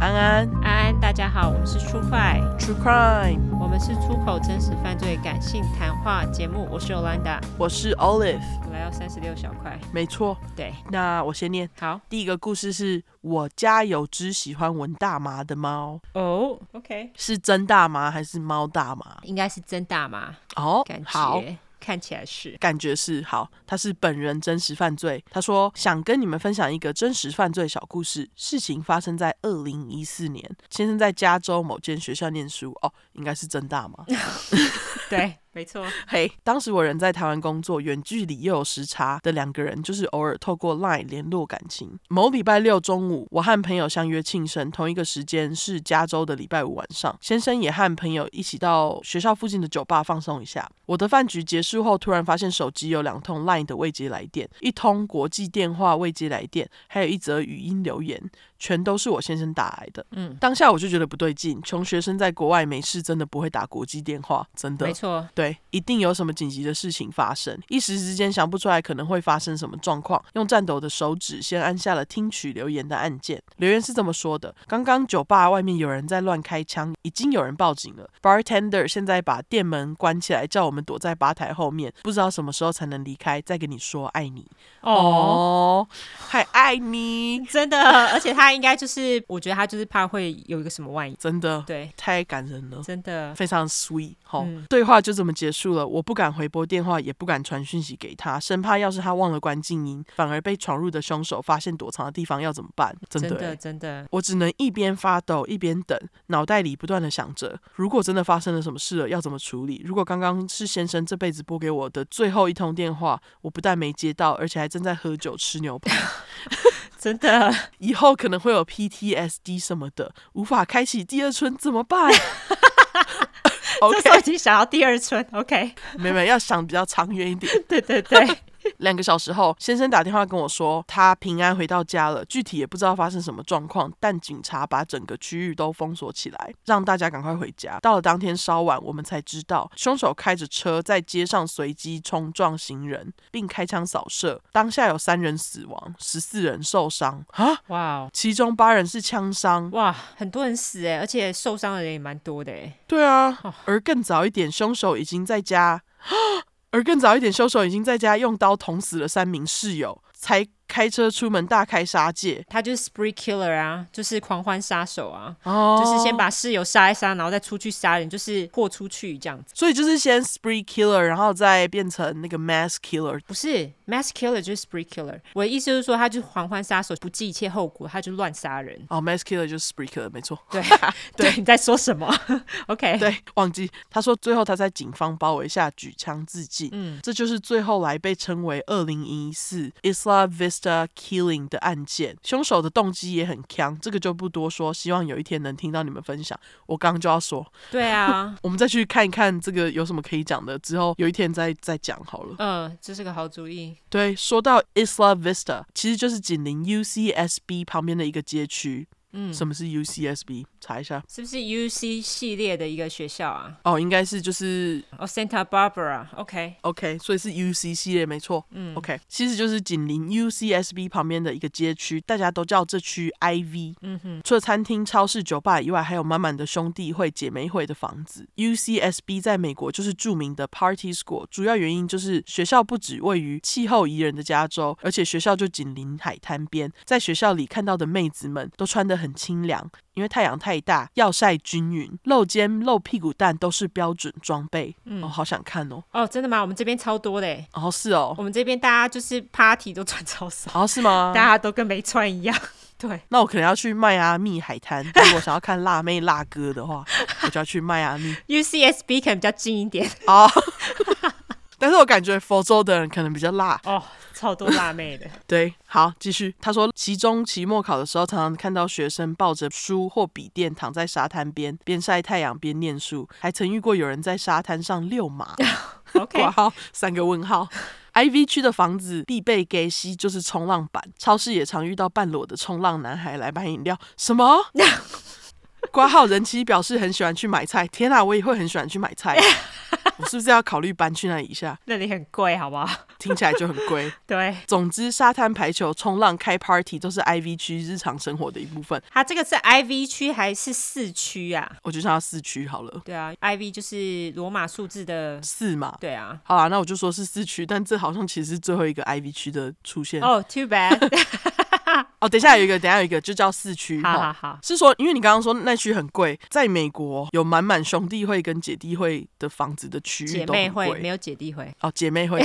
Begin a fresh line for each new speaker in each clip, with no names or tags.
安
安安，大家好，我们是出快，
，True Crime，
我们是出口真实犯罪感性谈话节目，我是 Olanda，
我是 Olive，
我来到三十六小块，
没错。
对，
那我先念
好
第一个故事是我家有只喜欢闻大麻的猫，
哦、o k
是真大麻还是猫大麻？
应该是真大麻，
哦
感，
好，
觉看起来 是
感觉是好，他是本人真实犯罪。他说想跟你们分享一个真实犯罪小故事。事情发生在二零一四年，先生在加州某间学校念书，哦，应该是真大嘛。
对，没错，
嘿当时我人在台湾工作，远距离又有时差的两个人，就是偶尔透过 LINE 联络感情。某礼拜六中午，我和朋友相约庆生，同一个时间是加州的礼拜五晚上。先生也和朋友一起到学校附近的酒吧放松一下。我的饭局结束后，突然发现手机有两通 LINE 的未接来电，一通国际电话未接来电，还有一则语音留言，全都是我先生打来的。
嗯，
当下我就觉得不对劲，穷学生在国外没事真的不会打国际电话，真的
没。错，
对，一定有什么紧急的事情发生，一时之间想不出来可能会发生什么状况。用颤抖的手指先按下了听取留言的按键。留言是这么说的：刚刚酒吧外面有人在乱开枪，已经有人报警了。Bartender 现在把店门关起来，叫我们躲在吧台后面，不知道什么时候才能离开。再跟你说，爱你
哦、
哦，还爱你，
真的，而且他应该就是，我觉得他就是怕会有一个什么万一，
真的
对，
太感人了。
真的，
非常 sweet 哈、
嗯
对话就这么结束了。我不敢回拨电话，也不敢传讯息给他，生怕要是他忘了关静音，反而被闯入的凶手发现躲藏的地方要怎么办？真的
真
欸、
的，真的，
我只能一边发抖一边等，脑袋里不断的想着，如果真的发生了什么事了，要怎么处理？如果刚刚是先生这辈子拨给我的最后一通电话，我不但没接到，而且还正在喝酒吃牛排，
真的，
以后可能会有 PTSD 什么的，无法开启第二春怎么 办
这时候
？OK，
已经想到第二春，OK，
没有没有，要想比较长远一点。
对对对，
两个小时后，先生打电话跟我说，他平安回到家了，具体也不知道发生什么状况，但警察把整个区域都封锁起来，让大家赶快回家。到了当天稍晚，我们才知道凶手开着车在街上随机冲撞行人，并开枪扫射，当下有三人死亡，十四人受伤啊，
哇哦。
其中八人是枪伤。
哇，很多人死哎，而且受伤的人也蛮多的哎。
对啊
哦，
而更早一点，凶手已经在家， 而更早一点，凶手已经在家用刀捅死了三名室友，才开车出门大开杀戒。
他就是 spree killer 啊，就是狂欢杀手啊，
哦
就是先，把室友杀一杀，然后再出去杀人，就是豁出去这样子。
所以就是先 spree killer，然后再变成那个 mass killer。
不是 mass killer 就是 spree killer。我的意思就是说，他就是狂欢杀手，不计一切后果，他就乱 杀人。
哦，mass killer 就是 spree killer，没错。
对
对
对，你在说什么 ？OK，
对，忘记他说，最后他在警方包围下举枪自尽。
嗯，
这就是最后来被称为二零一四 Isla Vista Killing 的案件。凶手的动机也很强，这个就不多说。希望有一天能听到你们分享。我刚刚就要说，
对啊，
我们再去看一看这个有什么可以讲的，之后有一天再再讲好了。
嗯、这是个好主意。
对，说到 Isla Vista，其实就是紧邻 UCSB 旁边的一个街区。
嗯，
什么是 UCSB？查一下。
是不是 UC 系列的一个学校啊？
哦，应该是就是
哦、s a n t a Barbara，OK，、
OK，所以是 UC 系列没错。
嗯
OK，其实就是紧邻 UCSB 旁边的一个街区，大家都叫这区 IV。
嗯哼，
除了餐厅、超市、酒吧以外，还有满满的兄弟会、姐妹会的房子。UCSB 在美国就是著名的 Party School，主要原因就是学校不只位于气候宜人的加州，而且学校就紧邻海滩边，在学校里看到的妹子们都穿得很清凉，因为太阳太大，要晒均匀，露肩、露屁股蛋都是标准装备。嗯、哦，好想看哦。
哦、真的吗？我们这边超多的欸，
哦，是哦。
我们这边大家就是 party 都穿超少。
哦，是吗？
大家都跟没穿一样。 对，
那我可能要去迈阿密海滩。如果想要看辣妹辣哥的话，我就要去迈阿密
UCSB 可能比较近一点
哦。 但是我感觉佛州的人可能比较辣。
哦，超多辣妹 的。
对，好，继续。他说，期中、期末考的时候，常常看到学生抱着书或笔电躺在沙滩边，边晒太阳边念书，还曾遇过有人在沙滩上遛马。
OK，
括号三个问号。IV 区的房子必备 gay 西就是冲浪板，超市也常遇到半裸的冲浪男孩来买饮料。什么？挂号人妻表示很喜欢去买菜，天啊，我也会很喜欢去买菜。我是不是要考虑搬去那里一下？
那里很贵，好不好？
听起来就很贵。
对，
总之，沙滩排球、冲浪、开 party 都是 IV 区日常生活的一部分。
它这个是 IV 区还是四区啊？
我就上到四区好了，
对啊，IV 就是罗马数字的，
四嘛。
对啊。
好啦，那我就说是四区，但这好像其实是最后一个 IV 区的出现。哦
哦、t o o bad 。
等一下有一个，等一下有一个，就叫四区。
好
哈
好好，
是说，因为你刚刚说那区很贵，在美国有满满兄弟会跟姐弟会的房子的区域
姐
都很
妹
贵
会没有姐弟会，
哦，姐妹 会，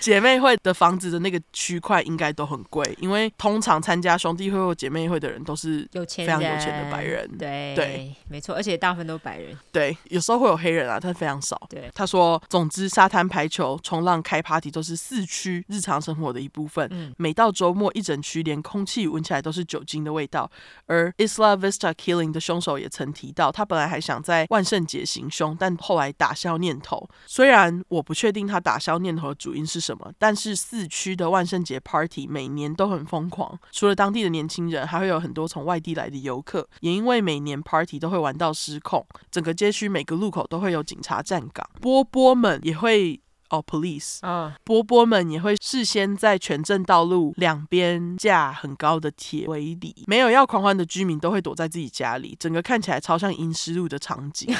姐妹会的房子的那个区块应该都很贵，因为通常参加兄弟会或姐妹会的人都是
有钱
非常有钱的白人
对
对，
没错，而且大部分都白人，
对，有时候会有黑人啊，但非常少。
对，
他说，总之，沙滩排球、冲浪、开 party 都是市区日常生活的一部分。
嗯
每到周末，一整区连空气闻起来都是酒精的味道。而 Isla Vista Killing 的凶手也曾提到，他本来还想在万圣节行凶，但后来打消念头。虽然我不确定他打消念头的主因是什么，但是四区的万圣节 party 每年都很疯狂，除了当地的年轻人，还会有很多从外地来的游客。也因为每年 party 都会玩到失控，整个街区每个路口都会有警察站岗，波波们也会。哦、p o l i c e
嗯，
波波们也会事先在全镇道路两边架很高的铁围篱，没有要狂欢的居民都会躲在自己家里，整个看起来超像阴尸路的场景。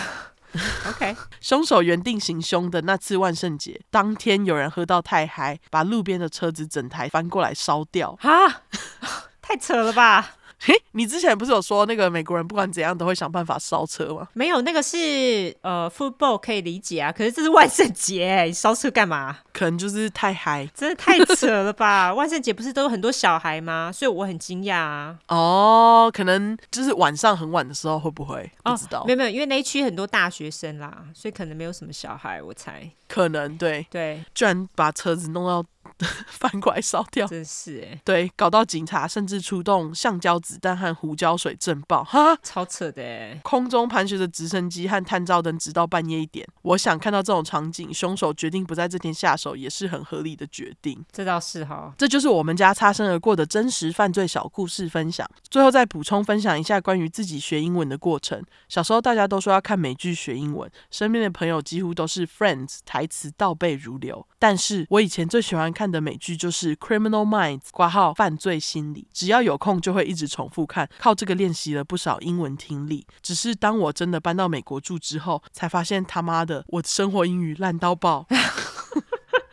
OK，
凶手原定行凶的那次万圣节当天，有人喝到太嗨，把路边的车子整台翻过来烧掉。
哈， 太扯了吧？
嘿，你之前不是有说那个美国人不管怎样都会想办法烧车吗？
没有，那个是呃，football 可以理解啊，可是这是万圣节，欸你烧车干嘛？
可能就是太嗨
真的太扯了吧！万圣节不是都有很多小孩吗？所以我很惊讶啊。
哦，可能就是晚上很晚的时候会不会？不知道，
没有没有，因为那一区很多大学生啦，所以可能没有什么小孩，我猜。
可能对，
对，
居然把车子弄到 翻过来烧掉。
真是哎，
对，搞到警察甚至出动橡胶子弹和胡椒水震爆，哈，
超扯的哎。
空中盘旋着直升机和探照灯，直到半夜一点。我想看到这种场景，凶手决定不在这天下手，也是很合理的决定。
这倒是哈，
这就是我们家擦身而过的真实犯罪小故事分享。最后再补充分享一下关于自己学英文的过程。小时候大家都说要看美剧学英文，身边的朋友几乎都是 Friends，台词倒背如流。但是我以前最喜欢看的美剧就是《Criminal Minds》，挂号犯罪心理，只要有空就会一直重复看，靠这个练习了不少英文听力。只是当我真的搬到美国住之后，才发现他妈的，我的生活英语烂到爆。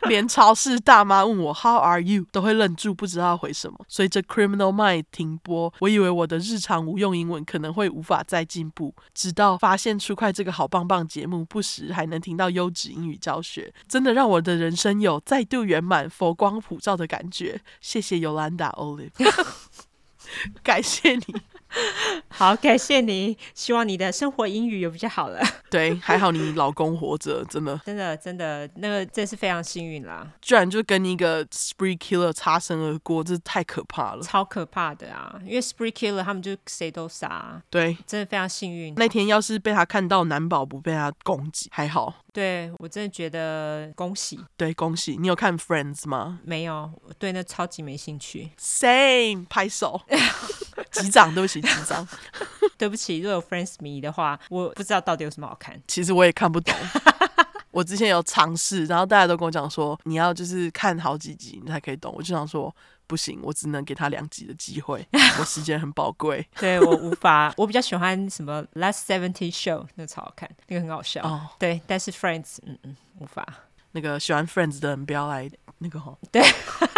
连超市大妈问我 “How are you” 都会愣住，不知道回什么。随着《Criminal Mind》停播，我以为我的日常无用英文可能会无法再进步，直到发现出快这个好棒棒节目，不时还能听到优质英语教学，真的让我的人生有再度圆满、佛光普照的感觉。谢谢尤兰达 Olive，感谢你。
好，感谢你，希望你的生活英语有比较好了。
对，还好你老公活着，真的，
真的真的，那个真是非常幸运啦，
居然就跟一个 spree killer 擦身而过，这太可怕了。
超可怕的啊！因为 Spree Killer 他们就谁都杀啊，
对，
真的非常幸运。
那天要是被他看到，难保不被他攻击，还好。
对我真的觉得恭喜，
对，恭喜你有看 Friends 吗
没有，我对那超级没兴趣。
？Same，拍 手，击掌，对不起，击掌。
对不起，如果有 Friends 迷的话，我不知道到底有什么好看。
其实我也看不 懂。我之前有尝试，然后大家都跟我讲说，你要就是看好几集你才可以懂。我就想说，不行，我只能给他两集的机 会，我时间很宝贵。
对我无法， 我比较喜欢什么 Last Seventy Show，那个超好看，那个很好笑。
哦
对，但是 Friends，嗯嗯，无法。
那个喜欢 Friends 的人不要来那个吼。
对。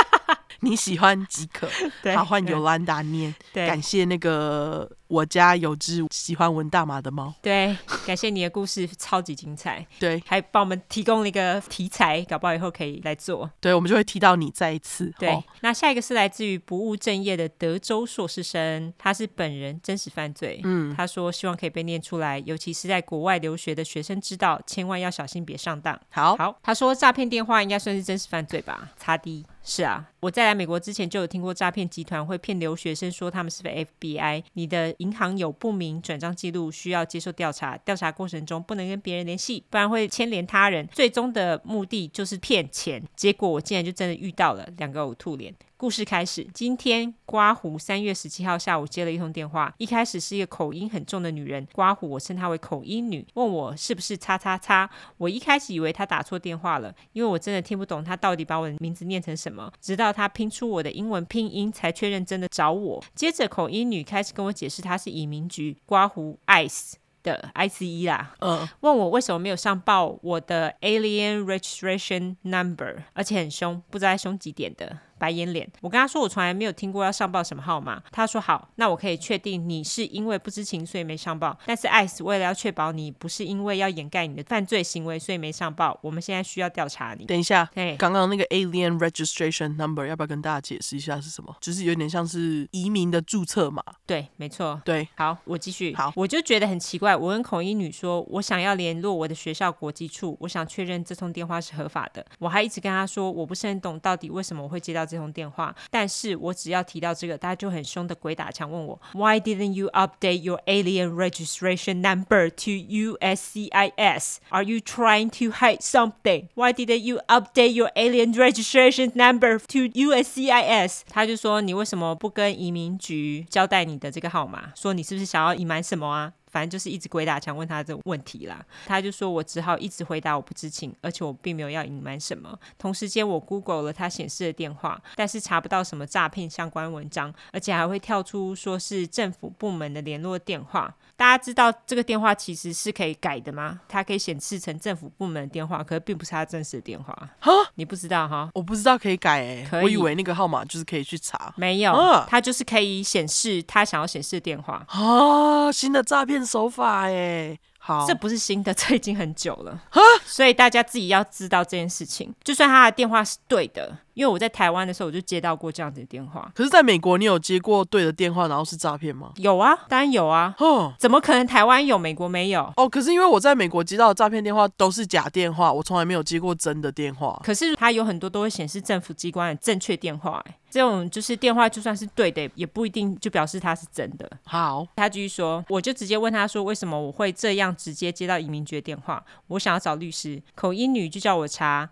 你喜欢即可，
对，
好换
嗯
尤兰达念。
对
感谢那个我家有只喜欢闻大麻的猫。
对，感谢你的故事超级精彩，
对
还帮我们提供了一个题材，搞不好以后可以来做。
对，我们就会提到你再一次。
对，
哦
那下一个是来自于不务正业的德州硕士生，他是本人真实犯罪。嗯，他说希望可以被念出来，尤其是在国外留学的学生知道，千万要小心别上当。
好，
好，他说诈骗电话应该算是真实犯罪吧？擦低，是啊，我在来美国之前就有听过诈骗集团会骗留学生说他们是被 FBI，你的银行有不明转账记录，需要接受调查，调查过程中不能跟别人联系，不然会牵连他人，最终的目的就是骗钱。结果我竟然就真的遇到了，两个呕吐脸。故事开始，今天刮胡三月十七号下午接了一通电话，一开始是一个口音很重的女人，刮胡我称她为口音女，问我是不是叉叉叉。我一开始以为她打错电话了，因为我真的听不懂她到底把我的名字念成什么，直到她拼出我的英文拼音才确认真的找我。接着口音女开始跟我解释她是移民局刮胡 ICE 的 ICE 啦，
嗯，
问我为什么没有上报我的 Alien Registration Number，而且很凶，不知道在凶几点的白眼脸。我跟他说我从来没有听过要上报什么号码，他说好，那我可以确定你是因为不知情所以没上报，但是 ICE 为了要确保你不是因为要掩盖你的犯罪行为所以没上报，我们现在需要调查你。
等一下，
对，
刚刚那个 Alien Registration Number 要不要跟大家解释一下是什么？就是有点像是移民的注册码。
对，没错。
对，
好，我继续。
好
我就觉得很奇怪。我跟孔一女说，我想要联络我的学校国际处，我想确认这通电话是合法的。我还一直跟她说，我不是很懂到底为什么我会接到这通电话，但是我只要提到这个，大家就很凶的鬼打墙问我，Why didn't you update your alien registration number to USCIS? Are you trying to hide something? Why didn't you update your alien registration number to USCIS？他就说你为什么不跟移民局交代你的这个号码？说你是不是想要隐瞒什么啊？反正就是一直鬼打墙问他这种问题啦，他就说我只好一直回答我不知情，而且我并没有要隐瞒什么。同时间我 Google 了他显示的电话，但是查不到什么诈骗相关文章，而且还会跳出说是政府部门的联络电话。大家知道这个电话其实是可以改的吗？它可以显示成政府部门的电话，可是并不是他真实的电话。
哈，
你不知道哈？
我不知道可以改诶、
可以
我以为那个号码就是可以去查
没有
啊，
它就是可以显示他想要显示的电话。
啊，新的诈骗手法诶、好
这，不是新的，这已经很久了。所以大家自己要知道这件事情。就算他的电话是对的，因为我在台湾的时候我就接到过这样子的电话。
可是在美国你有接过对的电话，然后是诈骗吗？
有啊，当然有啊，
哦
怎么可能台湾有，美国没有？
哦，可是因为我在美国接到的诈骗电话都是假电话，我从来没有接过真的电话。
可是它有很多都会显示政府机关的正确电话、欸，这种就是电话就算是对的，也不一定就表示它是真的。
好，
他继续说，我就直接问他说，为什么我会这样直接接到移民局的电话？我想要找律师，口音女就叫我查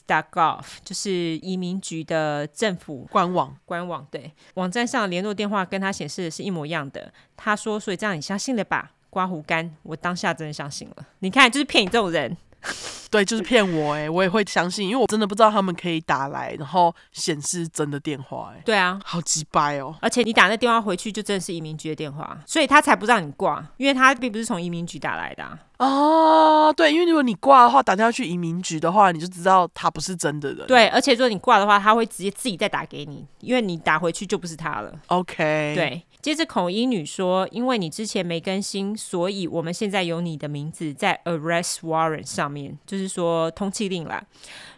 ice.gov，就是移民局的政府
官网
官网，对，网站上的联络电话跟他显示的是一模一样的。他说，所以这样你相信了吧？刮胡干，我当下真的相信了。你看，就是骗你这种人。
对，就是骗我诶、我也会相信，因为我真的不知道他们可以打来，然后显示真的电话诶、
对啊，
好鸡掰哦。
而且你打那电话回去，就真的是移民局的电话，所以他才不让你挂，因为他并不是从移民局打来的、啊。
啊，对，因为如果你挂的话，打电话去移民局的话，你就知道他不是真的人。
对，而且如果你挂的话，他会直接自己再打给你，因为你打回去就不是他了。
，OK，，
对，接着孔英女说，因为你之前没更新，所以我们现在有你的名字在 arrest warrant 上面，就是说通缉令啦。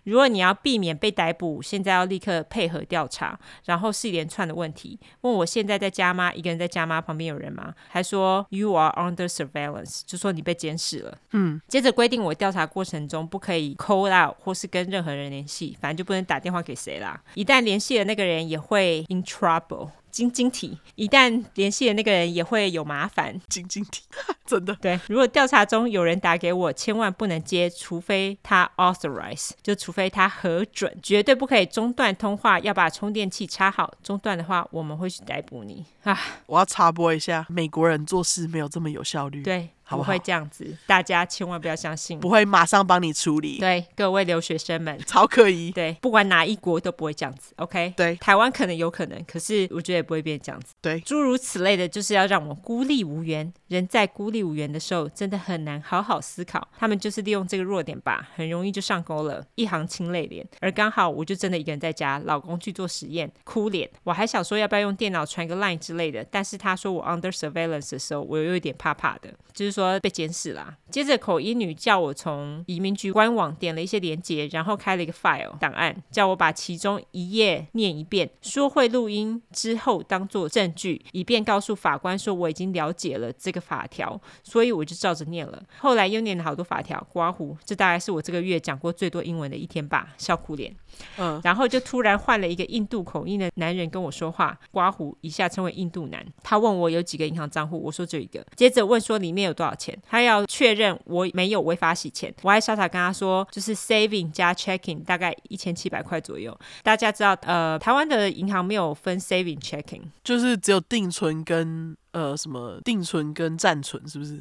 如果你要避免被逮捕，现在要立刻配合调查，然后是一连串的问题，问我现在在家吗？一个人在家吗？旁边有人吗？还说 you are under surveillance，就说你被监视了。嗯，接着规定我调查过程中不可以 call out 或是跟任何人联系，反正就不能打电话给谁啦。一旦联系了那个人，也会 in trouble。晶晶体，一旦联系的那个人也会有麻烦。
晶晶体， 真的
对，如果调查中有人打给我，千万不能接，除非他 authorize，就除非他核准，绝对不可以中断通话，要把充电器插好。中断的话，我们会去逮捕你啊！
我要插播一下，美国人做事没有这么有效率，，
对，
好不
不会
好
这样子，大家千万不要相信。
不会马上帮你处理，
对，各位留学生们。
超可疑。
对，不管哪一国都不会这样子，OK？
对
台湾可能有可能，可是我觉得也不会变这样子。
对
诸如此类的，就是要让我孤立无援。人在孤立无援的时候，真的很难好好思考。他们就是利用这个弱点吧，很容易就上钩了，一行清泪脸。而刚好我就真的一个人在家，老公去做实验，哭脸。我还想说要不要用电脑传个 Line 之类的，但是他说我 under surveillance 的时候，我又有一点怕怕的，就是说被监视啦。接着口音女叫我从移民局官网点了一些连接，然后开了一个 file 档案，叫我把其中一页念一遍，说会录音之后当做证据，以便告诉法官说我已经了解了这个法条，所以我就照着念了。后来又念了好多法条，刮胡，这大概是我这个月讲过最多英文的一天吧，笑哭脸。
嗯，
然后就突然换了一个印度口音的男人跟我说话，刮胡一下称为印度男。他问我有几个银行账户，我说只有一个。接着问说里面有多多少钱，他要确认我没有违法洗钱。我还傻傻跟他说，就是 saving 加 checking 大概一千七百块左右。大家知道，呃，台湾的银行没有分 saving checking，
就是只有定存跟呃什么定存跟暂存，是不是？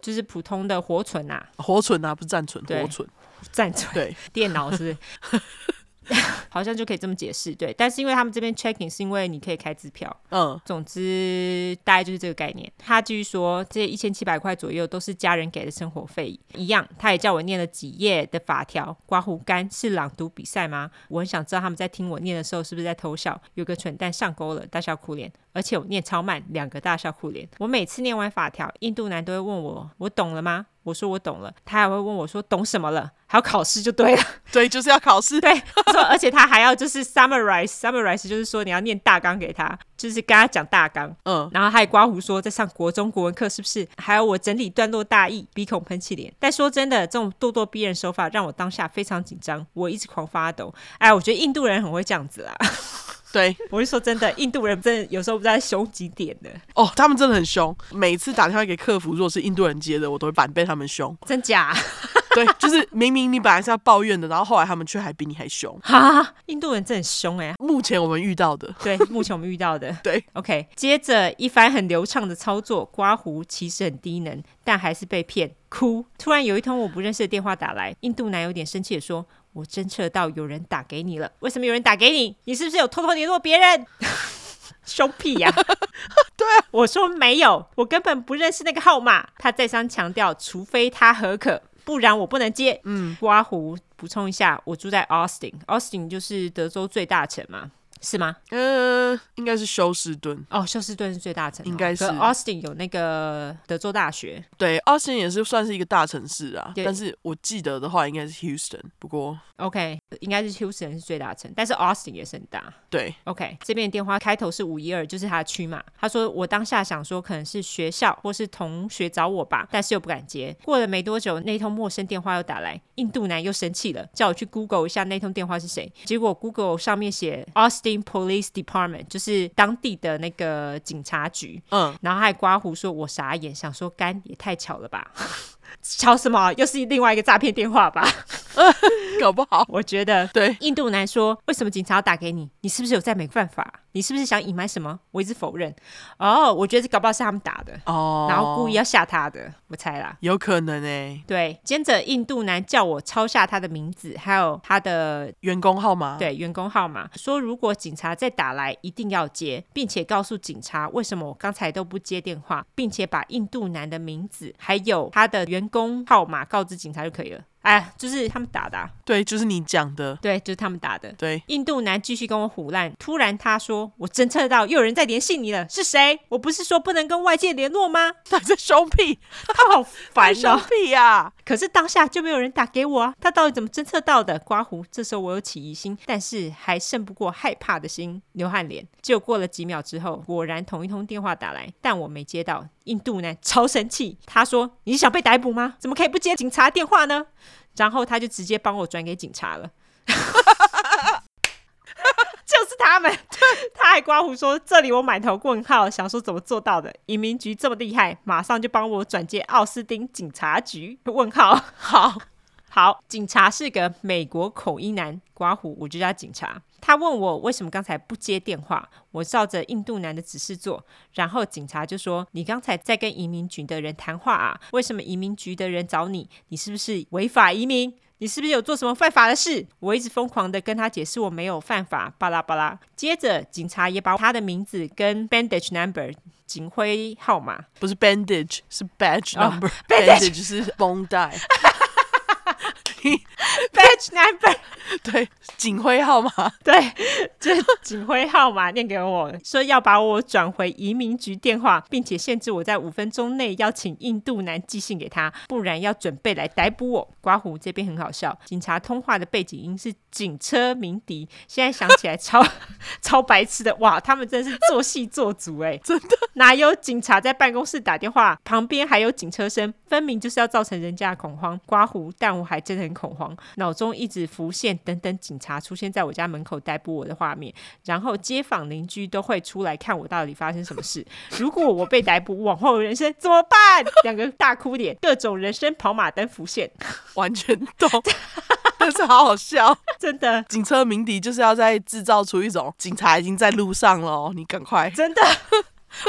就是普通的活存啊，
活存啊，不是暂存，
对
活存。
暂存。
对，
电脑是 不是好像就可以这么解释，对。但是因为他们这边 checking 是因为你可以开支票，
嗯，
总之大概就是这个概念。他继续说，这一千七百块左右都是家人给的生活费，一样。他也叫我念了几页的法条，刮胡干是朗读比赛吗？我很想知道他们在听我念的时候是不是在偷笑。有个蠢蛋上钩了，大笑哭脸，而且我念超慢，两个大笑哭脸。我每次念完法条，印度男都会问我，我懂了吗？我说我懂了，他还会问我说懂什么了，还要考试就对了。
对，就是要考试。
对，说 而且他还要就是 summarize summarize，就是说你要念大纲给他，就是跟他讲大纲。
嗯，
然后他也刮胡说，在上国中国文课是不是？还有我整理段落大意，鼻孔喷气脸。但说真的，这种咄咄逼人手法让我当下非常紧张，我一直狂发抖。哎，我觉得印度人很会这样子啊！
对，
我是说真的，印度人真的有时候不知道在凶几点的，
哦，他们真的很凶。每次打电话给客服，如果是印度人接的，我都会反被他们凶。
真假？啊
对，就是明明你本来是要抱怨的，然后后来他们却还比你还凶。
哈，印度人真的很凶哎、
目前我们遇到的，
对，目前我们遇到的。
对
，OK，接着一番很流畅的操作，刮胡其实很低能，但还是被骗，哭。突然有一通我不认识的电话打来，印度男有点生气的说：“我侦测到有人打给你了，为什么有人打给你？你是不是有偷偷联络别人？” 凶屁呀、 对、啊我说没有，我根本不认识那个号码。他再三强调，除非他合可，不然我不能接。嗯，刮胡补充一下，我住在 Austin，Austin 就是德州最大城嘛，是吗？呃
嗯、应该是休斯顿。
哦，休斯顿是最大城哦、
应该是
可 Austin 有那个德州大学，
对，奥斯汀也是算是一个大城市啊，
对
但是我记得的话应该是 Houston。不过，
OK，应该是休斯顿是最大城，但是 Austin 也是很大。
对，
OK，这边的电话开头是五一二，就是他的区嘛。他说我当下想说可能是学校或是同学找我吧，但是又不敢接。过了没多久，那通陌生电话又打来，印度男又生气了，叫我去 Google 一下那通电话是谁。结果 Google 上面写 Austin Police Department，就是当地的那个警察局。
嗯，
然后还刮胡说：“我傻眼，想说干也太巧了吧， 巧什么？又是另外一个诈骗电话吧？
搞不好，
我觉得。”
对，
印度男说：“为什么警察要打给你？你是不是有在美犯法？你是不是想隐瞒什么？”我一直否认。哦，我觉得这搞不好是他们打的，
哦，
然后故意要吓他的，我猜啦。
有可能哎、
对，接着印度男叫我抄下他的名字，还有他的
员工号码，，
对员工号码，说如果警察再打来，一定要接，并且告诉警察为什么我刚才都不接电话，并且把印度男的名字还有他的员工号码告知警察就可以了。哎，就是他们打的啊、
对，就是你讲的，
对，就是他们打的。啊
对，
印度男继续跟我胡乱，突然他说：“我侦测到又有人在联系你了，是谁？我不是说不能跟外界联络吗？
他在凶屁，
他 好烦
凶
哦！
屁啊呀、
可是当下就没有人打给我啊，他到底怎么侦测到的？刮胡，这时候我有起疑心，但是还胜不过害怕的心，流汗脸。就过了几秒之后，果然同一通电话打来，但我没接到。印度男超生气，他说：“你是想被逮捕吗？怎么可以不接警察电话呢？”然后他就直接帮我转给警察了。 就是他们，他还刮胡说：“这里我满头问号，想说怎么做到的？移民局这么厉害，马上就帮我转接奥斯汀警察局？”问号。
好，
好，警察是个美国口音男，刮胡，我就叫他警察。他问我为什么刚才不接电话，我照着印度男的指示做，然后警察就说：“你刚才在跟移民局的人谈话啊？为什么移民局的人找你？你是不是违法移民？”你是不是有做什么犯法的事？我一直疯狂的跟他解释我没有犯法，巴拉巴拉。接着，警察也把他的名字跟 bandage number 警徽号码
不是 bandage，是 badge
哦
number，、
bandage
是绷 带，
badge number
对， 警徽号 码，
对，这警徽号码念给我，说要把我转回移民局电话，并且限制我在五分钟内要请印度男寄信给他，不然要准备来逮捕我。刮胡这边很好笑，警察通话的背景音是警车鸣笛，现在想起来超 超白痴的，哇，他们真是做戏做足哎、真的哪有警察在办公室打电话，旁边还有警车声，分明就是要造成人家的恐慌。刮胡，但我还真的很恐慌，脑中一直浮现店等等警察出现在我家门口逮捕我的画面，然后街坊邻居都会出来看我到底发生什么事。如果我被逮捕，往后人生怎么办？两个大哭脸，各种人生跑马灯浮现，
完全懂， 但是好好笑。
真的
警车鸣笛就是要在制造出一种警察已经在路上了哦，你赶快，
真的。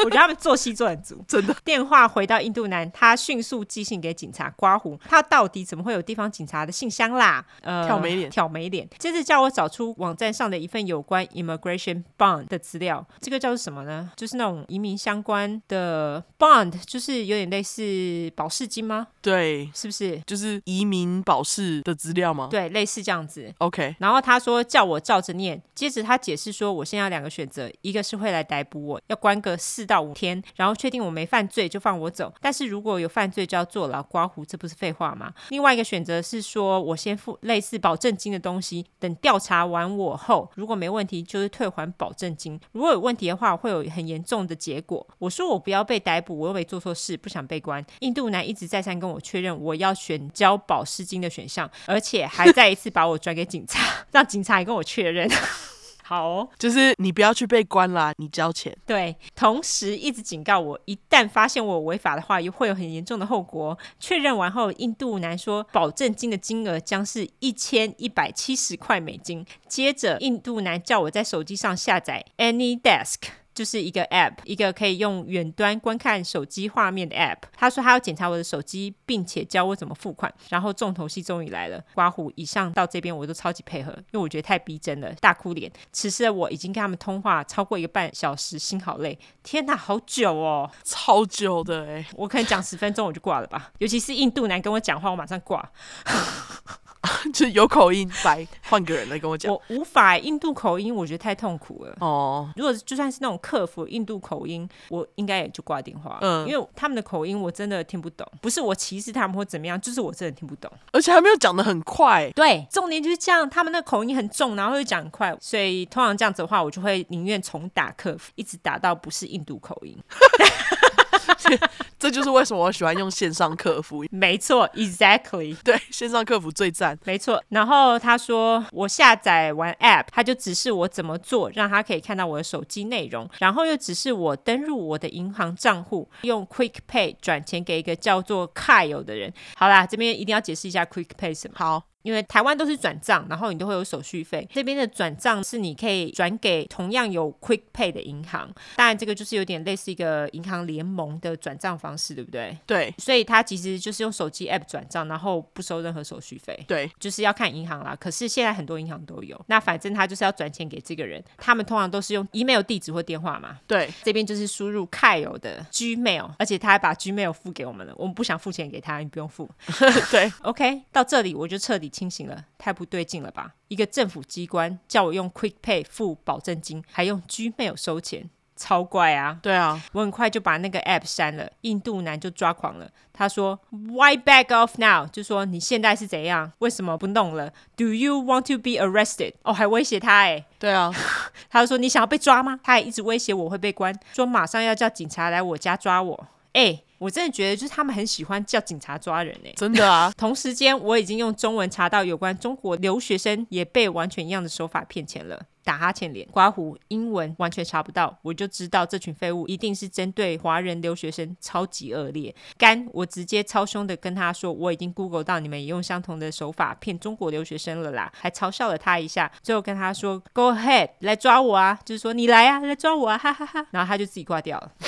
我觉得他们做戏做很足，
真的。
电话回到印度男，他迅速寄信给警察刮胡，他到底怎么会有地方警察的信箱啦？呃，
挑眉脸
挑眉脸。接着叫我找出网站上的一份有关 immigration bond 的资料，这个叫做什么呢？就是那种移民相关的 bond，就是有点类似保释金吗？
对，
是不是？
就是移民保释的资料吗？
对，类似这样子。
，OK，
然后他说叫我照着念，接着他解释说，我现在有两个选择，一个是会来逮捕我，要关个四到五天，然后确定我没犯罪就放我走，但是如果有犯罪就要坐牢刮胡，这不是废话吗？另外一个选择是说我先付类似保证金的东西，等调查完我后，如果没问题就是退还保证金，如果有问题的话会有很严重的结果。我说我不要被逮捕，我又没做错事，不想被关。印度男一直再三跟我确认我要选交保释金的选项，而且还再一次把我转给警察。 让警察也跟我确认。 好、哦，
就是你不要去被关啦，你交钱。
对，同时一直警告我，一旦发现我违法的话，又会有很严重的后果。确认完后，印度男说保证金的金额将是一千一百七十块美金。接着，印度男叫我在手机上下载 AnyDesk。就是一个 app，一个可以用远端观看手机画面的 app。他说他要检查我的手机，并且教我怎么付款。然后重头戏终于来了，刮胡以上到这边我都超级配合，因为我觉得太逼真了，大哭脸。此时的我已经跟他们通话超过一个半小时，心好累，天哪，好久哦！
超久的哎、
我可能讲十分钟我就挂了吧。尤其是印度男跟我讲话，我马上挂，
就有口音，来换个人来跟我讲。
我无法欸印度口音，我觉得太痛苦了。
哦，
如果就算是那种客服印度口音，我应该也就挂电话，
嗯
因为他们的口音我真的听不懂，不是我歧视他们或怎么样，就是我真的听不懂。
而且还没有讲的很快，
对，重点就是这样，他们那口音很重，然后又讲很快，所以通常这样子的话，我就会宁愿重打客服，一直打到不是印度口音。
这就是为什么我喜欢用线上客服。
没错，exactly。
对，线上客服最赞。
没错，然后他说我下载完 App，他就指示我怎么做，让他可以看到我的手机内容，然后又指示我登入我的银行账户，用 Quick Pay 转钱给一个叫做 Kyle 的人。好啦，这边一定要解释一下 Quick Pay 是什么。
好，
因为台湾都是转账，然后你都会有手续费。这边的转账是你可以转给同样有 Quick Pay 的银行，当然这个就是有点类似一个银行联盟的转账方式，对不对？
对
所以它其实就是用手机 App 转账，然后不收任何手续费。
对，
就是要看银行啦。可是现在很多银行都有，那反正他就是要转钱给这个人，他们通常都是用 email 地址或电话嘛。
对，
这边就是输入 Kyle 的 Gmail，而且他还把 Gmail 付给我们了，我们不想付钱给他，你不用付。
对，
OK，到这里我就彻底清醒了，太不对劲了吧？一个政府机关叫我用 QuickPay 付保证金，还用 Gmail 收钱，超怪啊！
对啊，
我很快就把那个 app 删了，印度男就抓狂了。他说，Why back off now？就说你现在是怎样？为什么不弄了？Do you want to be arrested？哦，还威胁他哎、
对啊，
他就说你想要被抓吗？他还一直威胁我会被关，说马上要叫警察来我家抓我。哎、我真的觉得就是他们很喜欢叫警察抓人哎、
真的啊，
同时间，我已经用中文查到有关中国留学生也被完全一样的手法骗钱了。打哈欠脸、刮胡，英文完全查不到，我就知道这群废物一定是针对华人留学生，超级恶劣。干，我直接超凶的跟他说，我已经 Google 到你们也用相同的手法骗中国留学生了啦，还嘲笑了他一下。最后跟他说，Go ahead，来抓我啊，就是说你来啊，来抓我啊，哈哈哈然后他就自己挂掉了。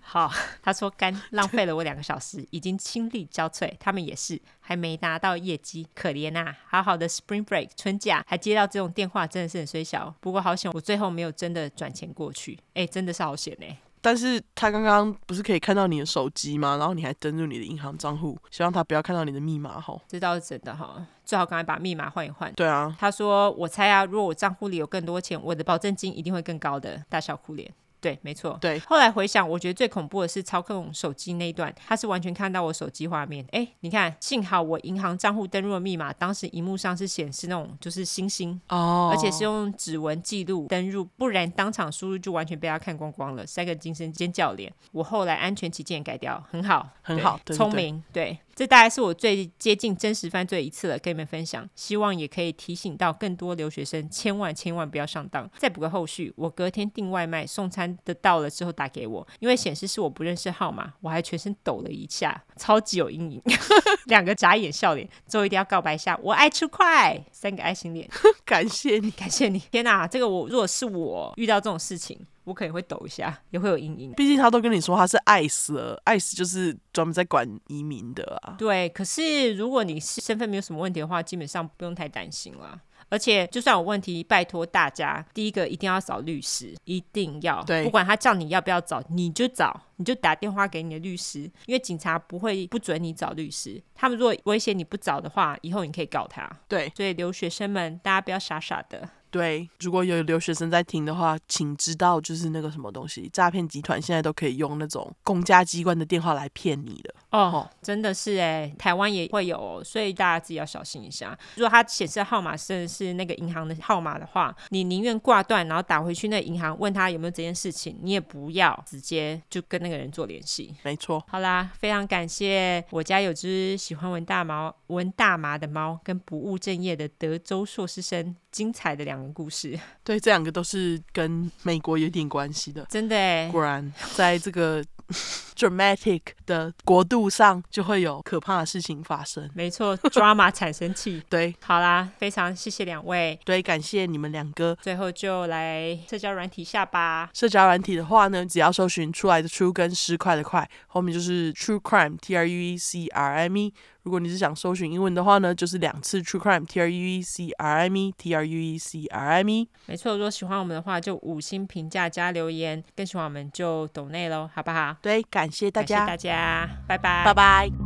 好，他说干浪费了我两个小时，已经心力交瘁。他们也是还没拿到业绩，可怜呐、好好的 Spring Break 春假还接到这种电话，真的是很衰小。不过好险，我最后没有真的转钱过去。哎、真的是好险哎、
但是他刚刚不是可以看到你的手机吗？然后你还登入你的银行账户，希望他不要看到你的密码吼。
这倒是真的哈。最好赶快把密码换一换。
对啊，
他说：“我猜啊，如果我账户里有更多钱，我的保证金一定会更高的。”大笑哭脸。对，没错。
对
后来回想，我觉得最恐怖的是操控手机那一段，他是完全看到我手机画面。哎，你看，幸好我银行账户登入的密码，当时荧幕上是显示那种就是星星，
哦，
而且是用指纹记录登入，不然当场输入就完全被他看光光了，塞个精神尖叫脸。我后来安全起见也改掉，很好，
很
对
好对对
聪
对
明，对。这大概是我最接近真实犯罪一次了，跟你们分享，希望也可以提醒到更多留学生，千万千万不要上当。再补个后续，我隔天订外卖送餐的到了之后打给我，因为显示是我不认识号码，我还全身抖了一下，超级有阴影， 两个眨眼笑脸，最后一定要告白一下，我爱吃快，三个爱心脸。
感谢你，
感谢你，天哪，这个我如果是我遇到这种事情，我可能会抖一下，也会有阴影。
毕竟他都跟你说他是 ICE 爱 ICE 就是专门在管移民的啊。
对，可是如果你是身份没有什么问题的话，基本上不用太担心啦。而且就算有问题，拜托大家，第一个一定要找律师，一定要，
对
不管他叫你要不要找，你就找，你就打电话给你的律师，因为警察不会不准你找律师，他们如果威胁你不找的话，以后你可以告他。
对
所以留学生们，大家不要傻傻的。
对，如果有留学生在听的话，请知道就是那个什么东西，诈骗集团现在都可以用那种公家机关的电话来骗你的。
哦，真的是哎，台湾也会有、哦，所以大家自己要小心一下。如果它显示的号码是是那个银行的号码的话，你宁愿挂断，然后打回去那银行问他有没有这件事情，你也不要直接就跟那个人做联系。
没错，
好啦，非常感谢我家有只喜欢闻大毛、闻大麻的猫，跟不务正业的德州硕士生，精彩的两个故事，
对，这两个都是跟美国有点关系的。
真的哎，
果然，在这个 dramatic 的国度上，就会有可怕的事情发生。
没错，drama 产生器。
对
好啦，非常谢谢两位，
对，感谢你们两个。
最后就来社交软体下吧。
社交软体的话呢，只要搜寻出来的 true 跟失快的快，后面就是 true crime t r u e c r m e。如果你是想搜寻英文的话呢，就是两次 true crime t r u e c r m e t r u e c r m e。
没错，如果喜欢我们的话，就五星评价加留言；更喜欢我们就抖内喽，好不好？
对，感谢大
感谢
家，
大家，拜拜，
拜拜。